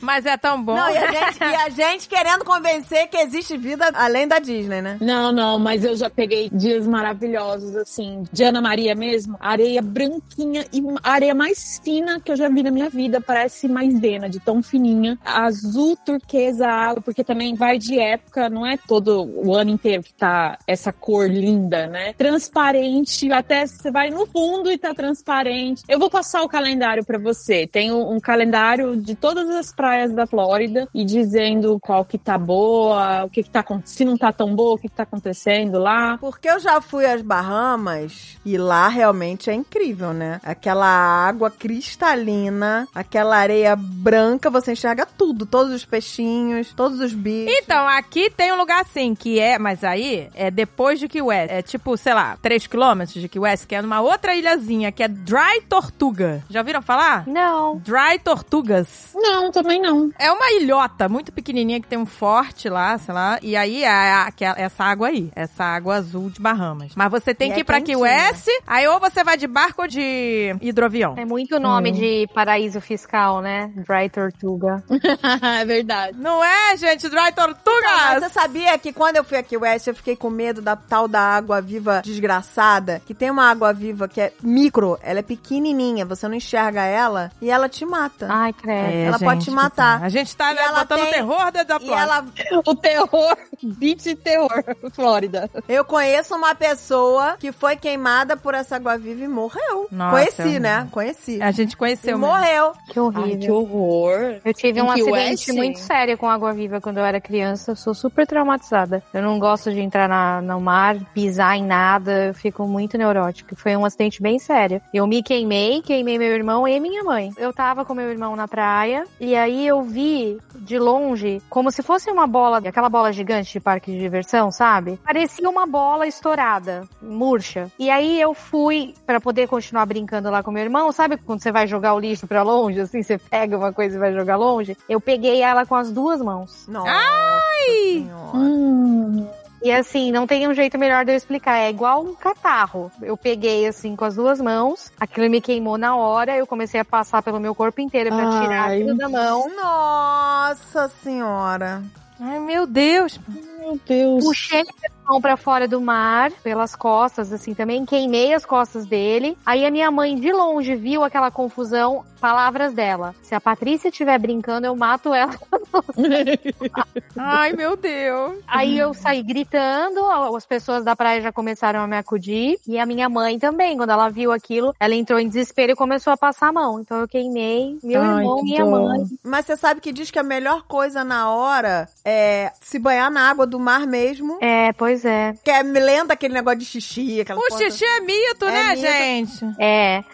Mas é tão bom. Não, e a, gente, é. e a gente querendo convencer que existe vida além da Disney, né? Não, não, mas eu já peguei dias maravilhosos, assim, de Ana Maria mesmo. Areia branquinha e uma areia mais fina que eu já vi na minha vida. Parece maisena, de tão fininha. Azul, turquesa, água, porque também vai de época, não é todo o ano inteiro que tá essa cor linda, né? Transparente, até você vai no fundo e tá transparente. Eu vou passar o calendário pra você. Tem um, um calendário de todas as praias da Flórida e dizendo qual que tá boa, o que que tá acontecendo, se não tá tão boa, o que que tá acontecendo lá. Porque eu já fui às Bahamas e lá realmente é incrível, né? Aquela água cristalina, aquela areia branca, você enxerga tudo, todos os peixinhos, todos os bichos. Então, aqui tem um lugar assim, que é, mas aí é depois de Key West. É tipo, sei lá, 3 quilômetros de Key West, que é numa outra ilhazinha, que é Dry Tortuga. Já ouviram falar? Não. Dry Tortugas. Não, também não. É uma ilhota muito pequenininha que tem um forte lá, sei lá, e aí é a- aquela- essa água aí, essa água azul de Bahamas. Mas você tem E que é ir pra Key quentinha. West, aí ou você vai de barco ou de hidroavião. É muito nome de paraíso fiscal, né? Dry Tortuga. é verdade. Não é, gente? Dry Mas Tortugas! Você sabia que quando eu fui aqui West, eu fiquei com medo da tal da água viva desgraçada? Que tem uma água viva que é micro, ela é pequenininha, você não enxerga ela e ela te mata. Ai, credo. é, ela pode te matar. A gente tá E né, ela botando tem- terror dentro da E plot. ela O terror, beat de terror, Flórida. Eu conheço uma pessoa que foi queimada por essa água viva e morreu. Nossa, Conheci, eu- né? Conheci. A gente E conheceu. mesmo. morreu. Que horrível. horror. Eu tive Em um Key acidente West? muito sério com água viva quando eu era criança. Eu sou super traumatizada. Eu não gosto de entrar na, no mar, pisar em nada. Eu fico muito neurótica. Foi um acidente bem sério. Eu me queimei, queimei meu irmão e minha mãe. Eu tava com meu irmão na praia e aí eu vi de longe como se fosse uma bola, aquela bola gigante de parque de diversão, sabe? Parecia uma bola estourada, murcha. E aí eu fui pra poder continuar brincando lá com meu irmão, sabe quando você vai jogar o lixo pra longe, assim, você pega uma coisa e vai jogar longe? Eu peguei ela com as duas mãos. Nossa. Senhora. Hum, E assim, não tem um jeito melhor de eu explicar. É igual um catarro. Eu peguei assim com as duas mãos, aquilo me queimou na hora, eu comecei a passar pelo meu corpo inteiro pra tirar Ai. aquilo da mão. Nossa senhora. Ai, meu Deus. meu Deus. Puxei a mão pra fora do mar, pelas costas, assim, também queimei as costas dele. Aí a minha mãe, de longe, viu aquela confusão, palavras dela. Se a Patrícia estiver brincando, eu mato ela. Ai, meu Deus. Aí eu saí gritando, as pessoas da praia já começaram a me acudir. E a minha mãe também, quando ela viu aquilo, ela entrou em desespero e começou a passar a mão. Então eu queimei meu Ai, irmão que e minha dó. mãe. Mas você sabe que diz que a melhor coisa na hora é se banhar na água do mar mesmo. É, pois Pois é. Que é, me lembra aquele negócio de xixi, aquela O porra. xixi é mito, Então, É né, mito. gente? É.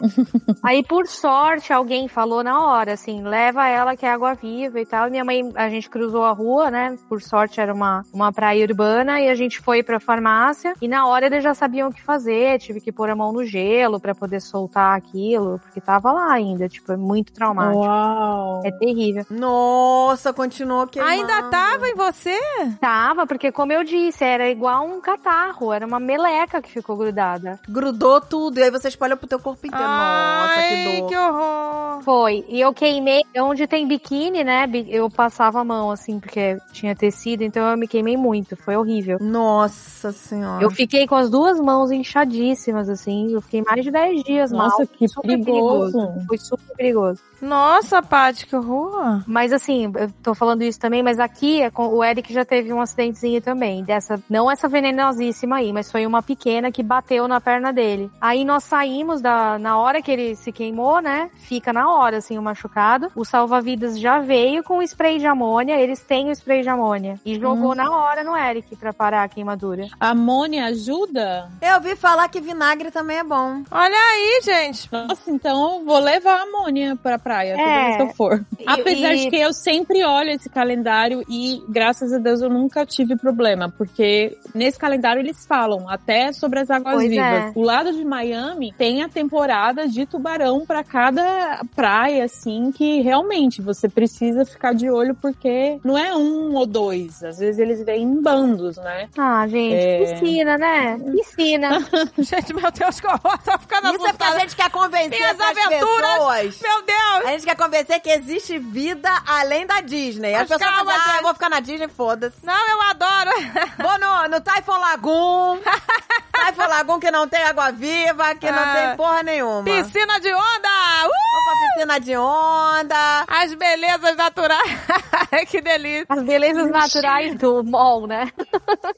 Aí, por sorte, alguém falou na hora, assim, leva ela que é água viva e tal. Minha mãe, a gente cruzou a rua, né? Por sorte, era uma, uma praia urbana e a gente foi pra farmácia. E na hora eles já sabiam o que fazer. Tive que pôr a mão no gelo pra poder soltar aquilo, porque tava lá ainda. Tipo, é muito traumático. Uau! É terrível. Nossa, continuou queimando. Ainda tá. tava em você? Tava, porque como eu disse, era igual um catarro, era uma meleca que ficou grudada. Grudou tudo, e aí você espalhou pro teu corpo inteiro. Nossa, Ai, que dor. que horror. Foi. E eu queimei é onde tem biquíni, né? bi- Eu passava a mão assim, porque tinha tecido, então eu me queimei muito. Foi horrível. Nossa senhora. Eu fiquei com as duas mãos inchadíssimas, assim. Eu fiquei mais de 10 dias Nossa, mal. que Super perigoso. Foi super perigoso. Nossa, Paty, que horror. Mas assim, eu tô falando isso também, mas aqui é com- o Eric já teve um acidentezinho também. Dessa, não essa venenosíssima aí, mas foi uma pequena que bateu na perna dele. Aí nós saímos da, na hora que ele se queimou, né? Fica na hora, assim, o machucado. O salva-vidas já veio com o spray de amônia, eles têm o spray de amônia. E jogou Uhum. na hora no Eric pra parar a queimadura. A Amônia ajuda? Eu ouvi falar que vinagre também é bom. Olha aí, gente. Nossa, então eu vou levar a amônia pra praia toda É. vez que eu for. E- Apesar e- de que eu sempre olho esse calendário e, graças a Deus, eu nunca tive problema. Porque nesse calendário eles falam até sobre as águas Pois vivas. é. O lado de Miami tem a temporada de tubarão pra cada praia, assim, que realmente você precisa ficar de olho porque não é um ou dois. Às vezes eles vêm em bandos, né? Ah, gente, É. piscina, né? Piscina. Gente, meu Deus, que horror. Tá ficando Isso é porque a assustada. gente quer convencer Minhas essas aventuras- pessoas. Meu Deus. A gente quer convencer que existe vida além da Disney. As Mas pessoas calma, dizem, ah, gente. eu vou ficar na Disney, foda-se. Não, eu adoro. Vou no, no Typhoon Lagoon. Typhoon Lagoon que não tem água viva, que não Ah, tem porra nenhuma. Vou Piscina de onda. Uh! pra piscina de onda. As belezas naturais. que delícia. As belezas naturais do mall, né?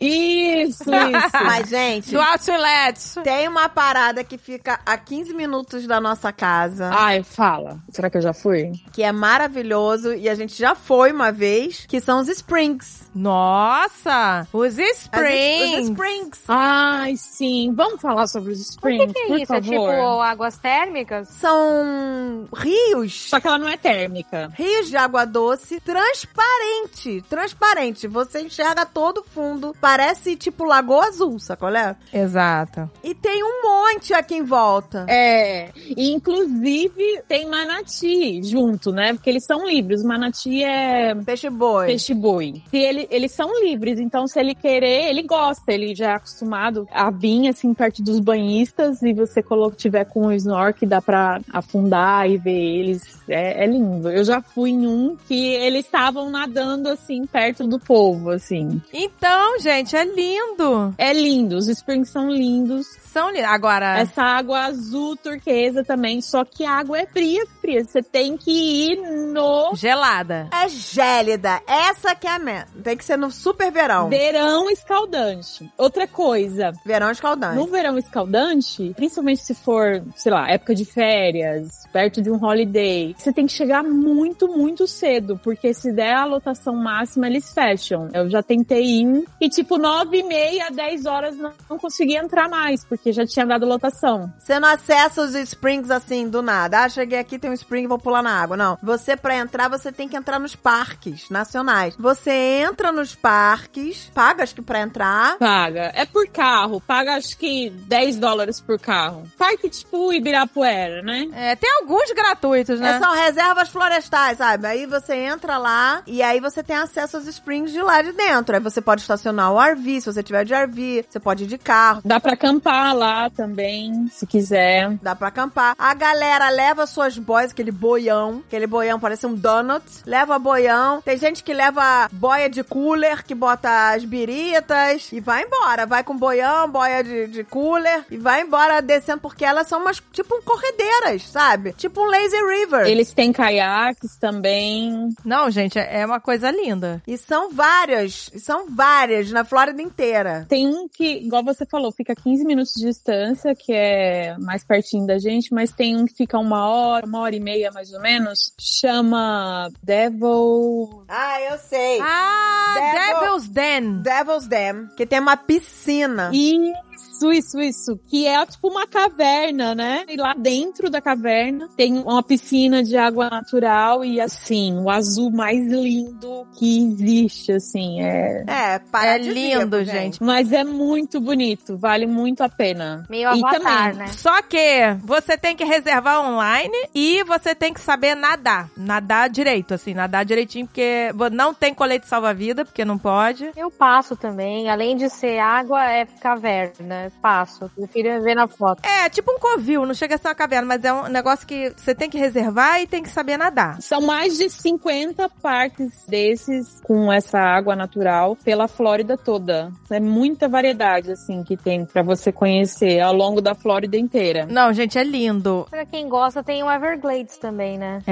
Isso, isso. Mas, gente, Do outlet. tem uma parada que fica a 15 minutos da nossa casa. Ai, fala. Será que eu já fui? que é maravilhoso e a gente já foi uma vez, que são os Springs. Nossa, os As- Os springs. Springs Ai, sim. Vamos falar sobre os Springs, O que é por isso? É favor. tipo águas térmicas? são rios. Só que ela não é térmica. Rios de água doce, transparente, transparente. Você enxerga todo o fundo, parece tipo Lagoa Azul, sacolé? Exato. E tem um monte aqui em volta. Ah. É. E, inclusive, tem manati junto, né? Porque eles são livres. O manati é Peixe boi. peixe-boi. E ele, eles são livres. Então, se ele querer, ele gosta. Ele já é acostumado a vir, assim, perto dos banhistas. E você colo- tiver com o snork, dá pra afundar e ver eles. É, é lindo. Eu já fui em um que eles estavam nadando, assim, perto do povo, assim. Então, gente, é lindo. É lindo, os springs são lindos. São lindos. Agora, Essa água azul turquesa também, só que a água é fria, fria. Você tem que ir um no gelada. É gélida. Essa que é a meta. Tem que ser no super verão. verão escaldante. Outra coisa, Verão escaldante. no verão escaldante, principalmente se for, sei lá, época de férias, perto de um holiday, você tem que chegar muito, muito cedo, porque se der a lotação máxima, eles fecham. Eu já tentei ir e tipo nove e meia, dez horas não não consegui entrar mais, porque já tinha dado lotação. Você não acessa os springs assim do nada. Ah, cheguei aqui, tem um spring, vou pular na água. Não. Você, pra entrar, você tem que entrar nos parques nacionais. Você entra nos parques, paga acho que pra entrar. Paga. É por carro. Paga acho que 10 dólares por carro. Parque tipo Ibirapuera, né? É, tem alguns gratuitos, né? É, São reservas florestais, sabe? Aí você entra lá e aí você tem acesso aos springs de lá de dentro. Aí você pode estacionar o RV, se você tiver de RV, você pode ir de carro. Dá pra acampar lá também, se quiser. Dá pra acampar. A galera leva suas boias, aquele boião. Aquele boião parece um donut. Leva boião. Tem gente que leva boia de cooler, que bota as biritas e vai embora. Vai com boião, boia de, de cooler e vai embora descendo, porque elas são umas, tipo, corredeiras, sabe? Tipo tipo um laser river. Eles têm caiaques também. Não, gente, é é uma coisa linda. E são várias, e são várias na Flórida inteira. Tem um que, igual você falou, fica 15 minutos de distância, que é mais pertinho da gente, mas tem um que fica uma hora, uma hora e meia mais ou menos, chama Devil. Ah, eu sei. Ah, Devil- Devil's Den. Devil's Dam, que tem uma piscina. Isso, isso, isso. Que é tipo uma caverna, né? E lá dentro da caverna tem uma piscina de água natural e assim, o azul mais lindo que existe, assim. É... É, É paradisíaco, lindo, gente. Mas é muito bonito, vale muito a pena. Meio E avatar, também- né? Só que você tem que reservar online e você tem que saber nadar. Nadar direito, assim, nadar direitinho, porque vo- não tem colete salva-vida, porque não pode. Eu passo também. Além de ser água, é caverna. Passo. Prefiro ver na foto. É, tipo um covil, não chega a ser uma caverna, mas é um negócio que você tem que reservar e tem que saber nadar. São mais de 50 parques desses com essa água natural pela Flórida toda. É muita variedade assim que tem pra você conhecer ao longo da Flórida inteira. Não, gente, é lindo. Pra quem gosta, tem o Everglades também, né?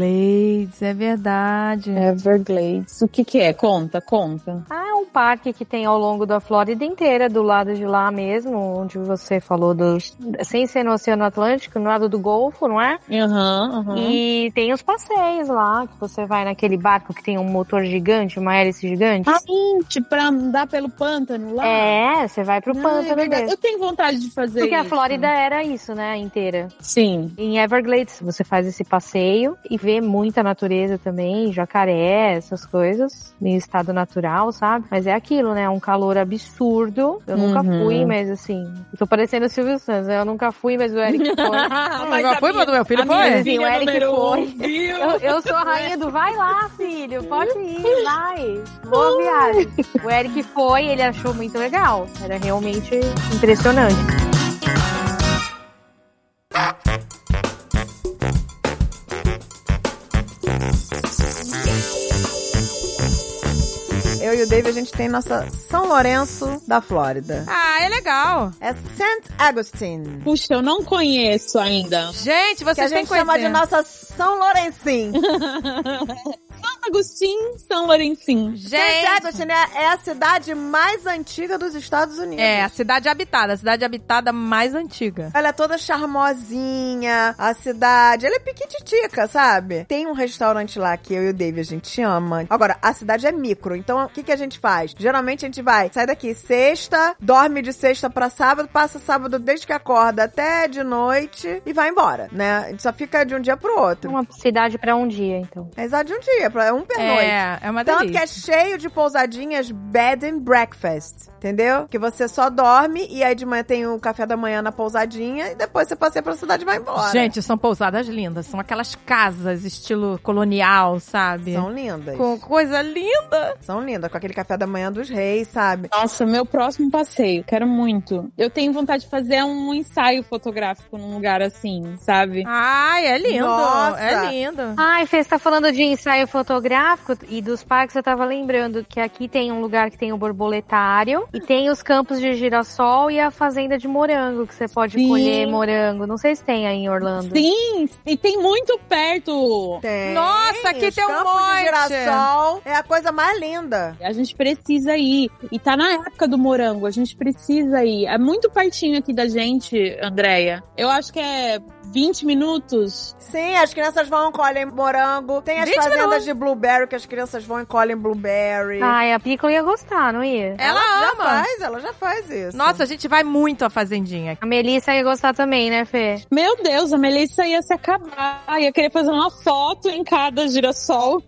Everglades, é verdade. Everglades. O que que é? Conta, conta. Ah, é um parque que tem ao longo da Flórida inteira, do lado de lá mesmo, onde você falou dos. Sem ser no Oceano Atlântico, no lado do Golfo, não é? Aham, aham. E tem os passeios lá, que você vai naquele barco que tem um motor gigante, uma hélice gigante. Ah, gente, pra andar pelo pântano lá. É, você vai pro Ah, pântano é verdade. mesmo. Eu tenho vontade de fazer Porque a isso. Flórida era isso, né, inteira. Sim. Em Everglades, você faz esse passeio e vê muita natureza também, jacaré, essas coisas, em estado natural, sabe? Mas é aquilo, né? Um calor absurdo. Eu nunca Uhum. fui, mas assim. Eu tô parecendo o Silvio Santos, né? Eu nunca fui, mas o Eric foi. Mas já a foi, minha- meu filho a foi? minha Sim, o filha Eric número foi. um, viu? Eu, eu sou a rainha do vai lá, filho. Pode ir, vai. Boa viagem. O Eric foi, ele achou muito legal. Era realmente impressionante. Eu e o Dave, a gente tem nossa São Lourenço da Flórida. Ah, é legal. É St. Augustine. Puxa, eu não conheço ainda. Gente, Que a vocês têm gente que conhecer. chama de nossa São Lourencinho. São Agostinho, São Lourencinho. St. Gente, Augustine é é a cidade mais antiga dos Estados Unidos. é a cidade habitada, a cidade habitada mais antiga. Ela é toda charmosinha, a cidade. Ela é piquititica, sabe? Tem um restaurante lá que eu e o Dave a gente ama. Agora, a cidade é micro, então o que, que a gente faz? Geralmente a gente vai, sai daqui sexta, dorme de sexta pra sábado, passa sábado desde que acorda até de noite e vai embora, né? A gente só fica de um dia pro outro. Uma cidade pra um dia, então. É exato de um dia, pra- é um pernoite. É, é uma Tanto que delícia. é cheio de pousadinhas bed and breakfast, entendeu? Que você só dorme e aí de manhã tem o café da manhã na pousadinha e depois você passeia pra cidade e vai embora. Gente, são pousadas lindas. São aquelas casas estilo colonial, sabe? São lindas. Com coisa linda. São lindas, com aquele café da manhã dos reis, sabe? Nossa, meu próximo passeio, quero muito. Eu tenho vontade de fazer um ensaio fotográfico num lugar assim, sabe? Ai, é lindo. Nossa. É lindo. Ai, Fê, você tá falando de ensaio fotográfico e dos parques, eu tava lembrando que aqui tem um lugar que tem o borboletário e tem os campos de girassol e a fazenda de morango, que você pode Sim. colher morango. Não sei se tem aí em Orlando. Sim, e tem muito perto. Tem. Nossa, aqui os tem um campos monte. É, De girassol é a coisa mais linda. A gente precisa ir. E tá na época do morango, a gente precisa ir. É muito pertinho aqui da gente, Andréia. Eu acho que é 20 minutos. Sim, as crianças vão e colhem morango. Tem as 20 fazendas de blueberry que as crianças vão e colhem blueberry. Ai, a Piccolo ia gostar, não ia? Ah, Ela, já ama. faz, ela já faz isso. Nossa, a gente vai muito à fazendinha. A Melissa ia gostar também, né, Fê? Meu Deus, a Melissa ia se acabar. Ia querer fazer uma foto em cada girassol.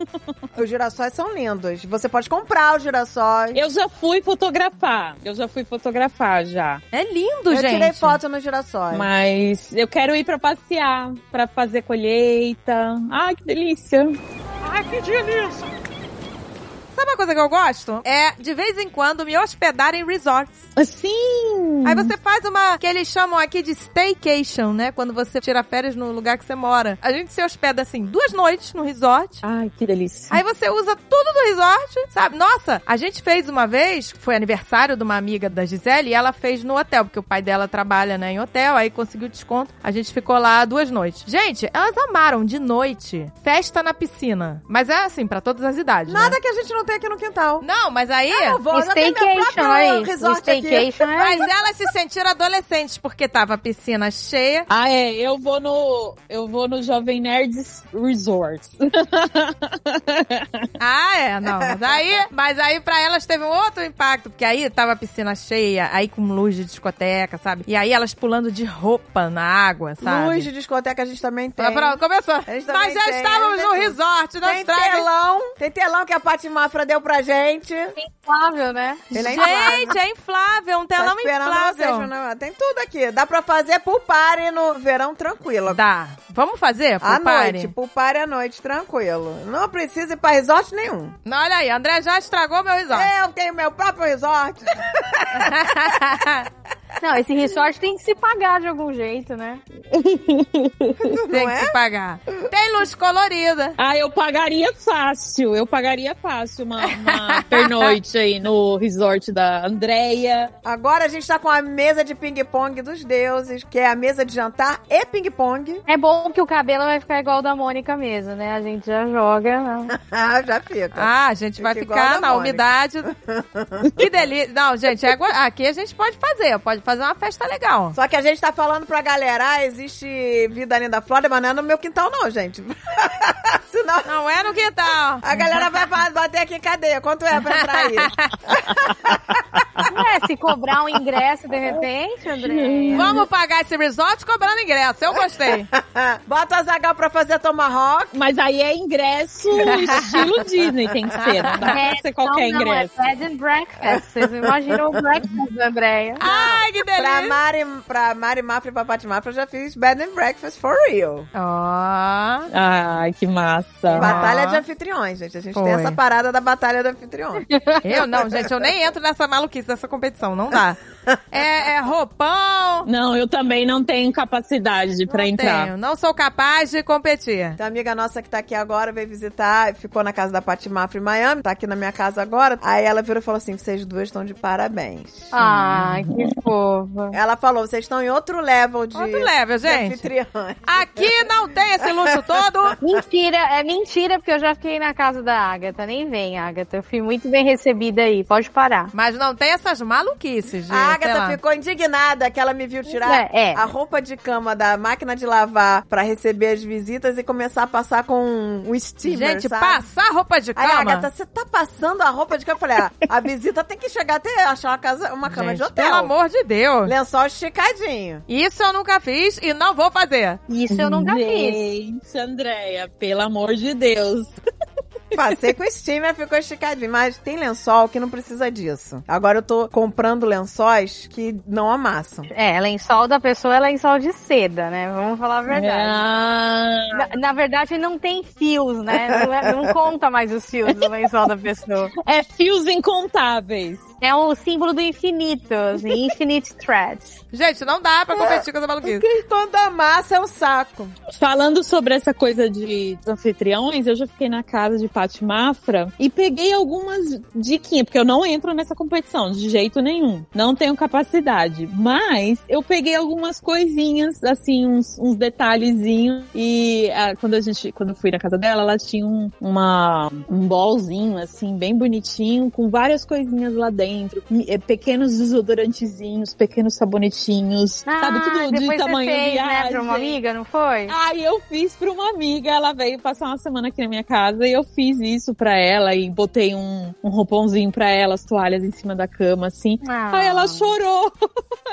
Os girassóis são lindos. Você pode comprar os girassóis. Eu já fui fotografar. Eu já fui fotografar já. É lindo, Eu gente. tirei foto nos girassóis. Mas eu quero ir pra passear, pra fazer colheita. Ai, que delícia. Sabe uma coisa que eu gosto? É, de vez em quando, me hospedar em resorts. Assim! Aí você faz uma que eles chamam aqui de staycation, né? Quando você tira férias no lugar que você mora. A gente se hospeda assim duas noites no resort. Ai, que delícia. Aí você usa tudo do resort, sabe? Nossa, a gente fez uma vez, foi aniversário de uma amiga da Gisele, e ela fez no hotel, porque o pai dela trabalha, né, em hotel, aí conseguiu desconto. A gente ficou lá duas noites. Gente, elas amaram de noite festa na piscina. Mas é assim, pra todas as idades. né? Nada que a gente não tem aqui no quintal. Não, mas aí. Eu vou, eu tenho meu Staycation, olha próprio aí. resort aqui. Staycation é Mas elas se sentiram adolescentes, porque tava a piscina cheia. Ah, é. Eu vou no. Eu vou no Jovem Nerds Resort. Ah, é, não. Mas aí, mas aí pra elas teve um outro impacto, porque aí tava a piscina cheia, aí com luz de discoteca, sabe? E aí elas pulando de roupa na água, sabe? Luz de discoteca a gente também tem. Ah, pronto, começou. Eles também Mas já têm, estávamos eles no têm tudo. resort, na Tem Austrália. telão, tem telão que a Paty Mafra deu pra gente. inflável, né? Ele é inflável. Gente, é inflável, um Tá telão esperando vocês, inflável. não. Tem tudo aqui. Dá pra fazer pool party no verão tranquilo. Dá. Vamos fazer? à pro party? noite, pool party à noite, tranquilo. Não precisa ir pra resort nenhum. Não, olha aí, André já estragou meu resort. Eu tenho meu próprio resort. É. Não, esse resort tem que se pagar de algum jeito, né? Tem não que é? se pagar. Tem luz colorida. Ah, eu pagaria fácil. Eu pagaria fácil uma, uma pernoite aí no resort da Andrea. Agora a gente tá com a mesa de ping-pong dos deuses, que é a mesa de jantar e ping-pong. É bom que o cabelo vai ficar igual o da Mônica mesmo, né? A gente já joga. né? Ah, já fica. Ah, a gente vai Fica igual a ficar da na Mônica. umidade. que delícia. Não, gente, é agora- aqui a gente pode fazer. Pode fazer uma festa legal. Só que a gente tá falando pra galera, ah, existe vida além da Flórida, mas não é no meu quintal não, gente. Senão Não é no quintal. a galera vai fa- bater aqui em cadeia. Quanto é pra entrar aí? Não é se cobrar um ingresso de repente, André. Vamos pagar esse resort cobrando ingresso. Eu gostei. Bota a Zagal pra fazer tomahawk. Mas aí é ingresso estilo Disney, tem que ser. Não dá pra ser qualquer não, ingresso. É bed and breakfast. Vocês não imaginam o breakfast da Andréia. Ai, que Pra delícia. Mari, pra Mari Mafra e pra Paty Mafra, eu já fiz bed and breakfast for real. Ó. é. Ai, que massa. Batalha de anfitriões, gente. A gente Ah. Foi. tem essa parada da batalha de anfitriões. Eu não, gente, eu nem entro nessa maluquice, nessa competição. Não dá. É, é roupão. Não, eu também não tenho capacidade pra não entrar. Tenho, não sou capaz de competir. Tem uma amiga nossa que tá aqui agora, veio visitar, ficou na casa da Paty Mafra em Miami, tá aqui na minha casa agora. Aí ela virou e falou assim: vocês duas estão de parabéns. Ai, que fofa. Ela falou: vocês estão em outro level de, Outro level, de gente. anfitriões. Aqui não tem esse luxo todo. Mentira, é mentira, porque eu já fiquei na casa da Agatha. Nem vem, Agatha. Eu fui muito bem recebida aí. Pode parar. Mas não tem essas maluquices, gente. A Agatha ficou indignada que ela me viu tirar É, é. a roupa de cama da máquina de lavar pra receber as visitas e começar a passar com o steamer, Gente, sabe? passar roupa de Aí, cama. Agatha, você tá passando a roupa de cama? Eu falei, ah, a visita tem que chegar até achar uma, casa, uma cama Gente, de hotel. Né? Pelo amor de Deus. Lençol esticadinho. Isso eu nunca fiz e não vou fazer. Isso eu nunca fiz. Gente, Andréia, pelo amor de Deus. Passei com steamer, ficou esticadinho. Mas tem lençol que não precisa disso. Agora eu tô comprando lençóis que não amassam. É, lençol da pessoa é lençol de seda, né? Vamos falar a verdade. Ah, Na, na verdade, não tem fios, né? Não, é- não conta mais os fios do lençol da pessoa. é fios incontáveis. É o símbolo do infinito, assim, infinite threads. Gente, não dá É. pra competir com essa maluquice. E quando amassa é um saco. Falando sobre essa coisa de dos anfitriões, eu já fiquei na casa de Pati Mafra e peguei algumas diquinhas, porque eu não entro nessa competição de jeito nenhum. Não tenho capacidade. Mas eu peguei algumas coisinhas, assim, uns, uns detalhezinhos. E ah, quando a gente, quando eu fui na casa dela, ela tinha um, uma, um bolzinho, assim, bem bonitinho, com várias coisinhas lá dentro. Mi- eh, Pequenos desodorantezinhos, pequenos sabonetinhos, sabe? Tudo de Ah, depois tamanho você fez, né, viagem. pra uma amiga, não foi? Aí eu fiz pra uma amiga, ela veio passar uma semana aqui na minha casa e eu fiz isso pra ela e botei um, um roupãozinho pra ela, as toalhas em cima da cama, assim. Ah. Aí ela chorou.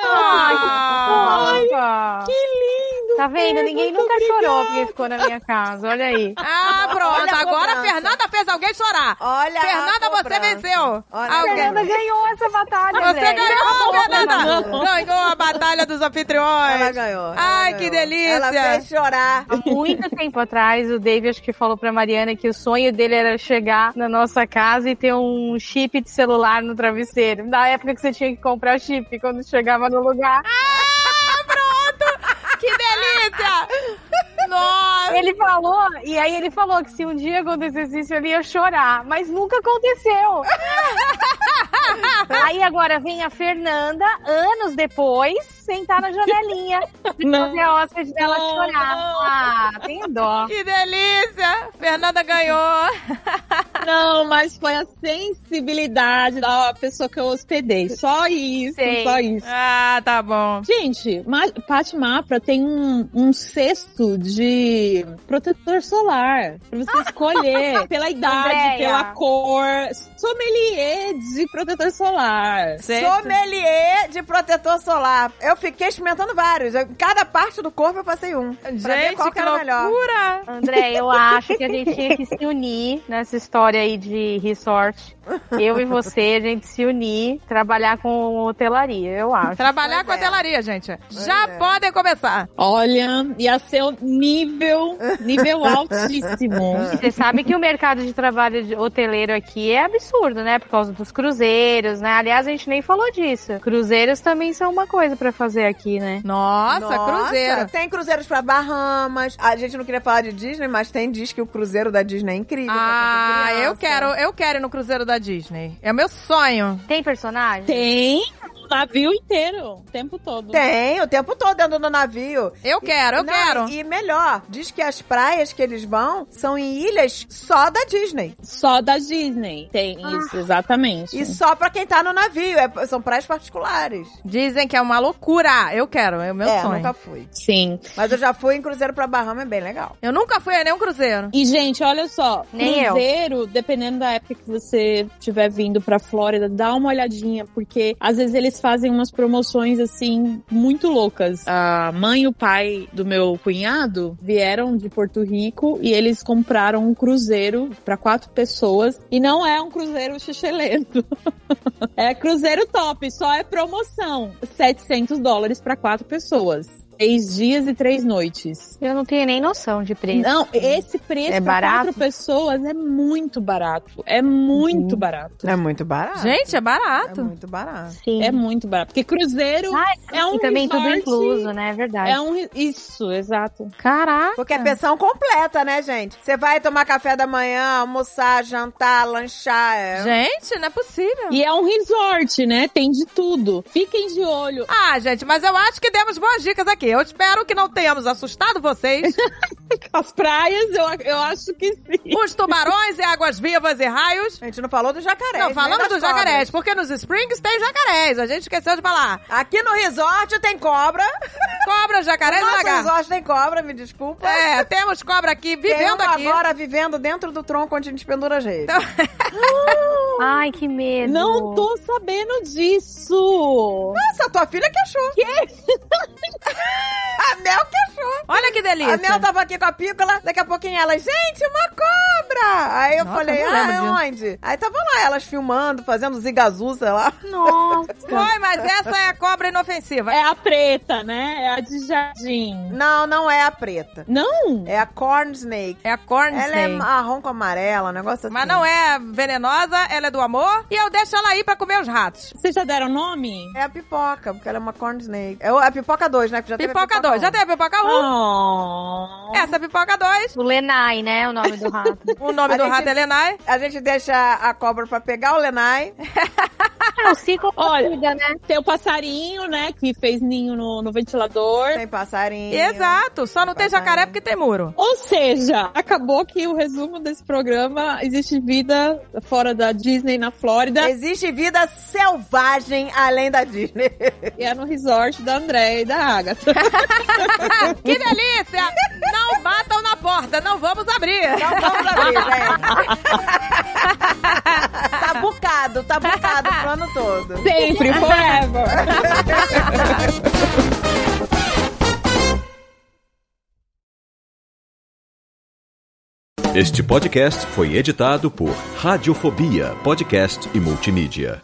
Ah, que lindo! Tá vendo? Ninguém nunca chorou porque ficou na minha casa, olha aí. ah, pronto. Olha a Agora a cobrança. Fernanda fez alguém chorar. Olha a Fernanda, você cobrança. venceu. Olha a Alguém- Fernanda ganhou essa batalha, Você velho. ganhou, Fernanda! não. Ganhou a batalha dos Ela anfitriões. ganhou. ela Ai, ganhou. que delícia. Ela fez chorar. Há muito tempo atrás, o Dave acho que falou pra Mariana que o sonho dele era chegar na nossa casa e ter um chip de celular no travesseiro. Na época que você tinha que comprar o chip, quando chegava no lugar. Que delícia! Nossa! Ele falou, e aí ele falou que se um dia acontecesse isso, ele ia chorar. Mas nunca aconteceu. aí agora vem a Fernanda, anos depois, sentar na janelinha e Não. fazer a hóspede dela Não, chorar. não. Ah, tem dó. Que delícia! Fernanda ganhou. Não, mas foi a sensibilidade da pessoa que eu hospedei. Só isso, Sei. só isso. Ah, tá bom. Gente, Ma Pati Mafra tem um, um cesto de protetor solar pra você escolher pela idade, Andréia. pela cor. Sommelier de protetor solar. Sommelier de protetor solar. Eu fiquei experimentando vários. Eu- cada parte do corpo eu passei um. pra ver Gente, qual que que era melhor. loucura! André, eu acho que a gente tinha que se unir nessa história aí de resort. Eu e você, a gente se unir, trabalhar com hotelaria, eu acho. Trabalhar Pois com a é. telaria, gente. Já é. podem começar. Olha, ia ser um nível, nível altíssimo. Você sabe que o mercado de trabalho de hoteleiro aqui é absurdo, né? Por causa dos cruzeiros, né? Aliás, a gente nem falou disso. Cruzeiros também são uma coisa pra fazer aqui, né? Nossa, cruzeiro. Tem cruzeiros pra Bahamas. A gente não queria falar de Disney, mas tem diz que o cruzeiro da Disney é incrível. pra Ah, criança. eu quero, eu quero ir no cruzeiro da Disney. É meu sonho. Tem personagem? Tem o navio inteiro, o tempo todo. Tem, o tempo todo dentro do navio. Eu quero, eu Não, quero. E melhor, diz que as praias que eles vão são em ilhas só da Disney. Só da Disney. Tem isso, exatamente. E só pra quem tá no navio. É- são praias particulares. Dizem que é uma loucura. Eu quero, é o meu é, sonho. nunca fui. Sim. Mas eu já fui em cruzeiro pra Bahama, é bem legal. Eu nunca fui a nenhum cruzeiro. E, gente, olha só. Nem eu. cruzeiro, dependendo da época que você estiver vindo pra Flórida, dá uma olhadinha, porque às vezes eles fazem umas promoções, assim, muito loucas. A mãe e o pai do meu cunhado vieram de Porto Rico e eles compraram um cruzeiro pra quatro pessoas. E não é um cruzeiro xixelento. é cruzeiro top, só é promoção. 700 dólares pra quatro pessoas. Três dias e três noites. Eu não tenho nem noção de preço. Não, esse preço É para pra barato? Uhum. quatro pessoas é muito barato. É muito barato. É muito barato. Gente, é barato. É muito barato. Sim. É muito barato. Porque cruzeiro Ah, é um e também tudo resort, incluso, né? É verdade. É um re- isso, exato. Caraca. Porque é pensão completa, né, gente? Você vai tomar café da manhã, almoçar, jantar, lanchar. É... Gente, não é possível. E é um resort, né? Tem de tudo. Fiquem de olho. Ah, gente, mas eu acho que demos boas dicas aqui. Eu espero que não tenhamos assustado vocês. As praias, eu, eu acho que sim. Os tubarões e águas-vivas e raios. A gente não falou do jacaré. Não, nem falamos das dos jacarés, cobras. porque nos Springs tem jacarés. A gente esqueceu de falar. Aqui no resort tem cobra. Cobra, jacarés e Nosso lagarto. resort tem cobra, me desculpa. É, temos cobra aqui, Tem vivendo uma aqui. agora vivendo dentro do tronco onde a gente pendura as redes. Então- Ai, que medo. um Não tô sabendo disso. Então, Nossa, tua filha que achou. Que? Ah, a Mel que achou. Olha que delícia. A Mel tava aqui com a pícola, daqui a pouquinho ela, gente, uma cobra! Aí eu Nossa, falei, eu não ah, lembro é disso." onde? Aí tava lá elas filmando, fazendo zigazu, sei lá. tá Nossa. Foi, mas essa é a cobra inofensiva. É a preta, né? É a de jardim. Não, não é a preta. Não? É a corn snake. É a corn Ela é snake. marrom com amarela, um negócio assim. Mas não é venenosa, ela é do amor. E eu deixo ela aí pra comer os ratos. Vocês já deram nome? É a pipoca, porque ela é uma corn snake. É o- a pipoca 2, né? Que já teve a Pipoca 2. Já um. teve a É. pipoca 1. Oh. Essa é a pipoca 2. O Lenai, né? O nome do rato. O nome A do gente- rato é Lenai. A gente deixa a cobra pra pegar o Lenai. É o ciclo Olha, vida, né? Tem o passarinho, né? Que fez ninho no, no ventilador. Tem né? passarinho. Exato. Só não tem jacaré porque tem muro. Ou seja, acabou que o resumo desse programa existe vida fora da Disney na Flórida Existe vida selvagem além da Disney. e é no resort da Andréia e da Agatha. Ah, que delícia! Não batam na porta, não vamos abrir. Não vamos abrir, gente. tá bucado, tá bucado o plano todo. Sempre, forever. Este podcast foi editado por Radiofobia, podcast e multimídia.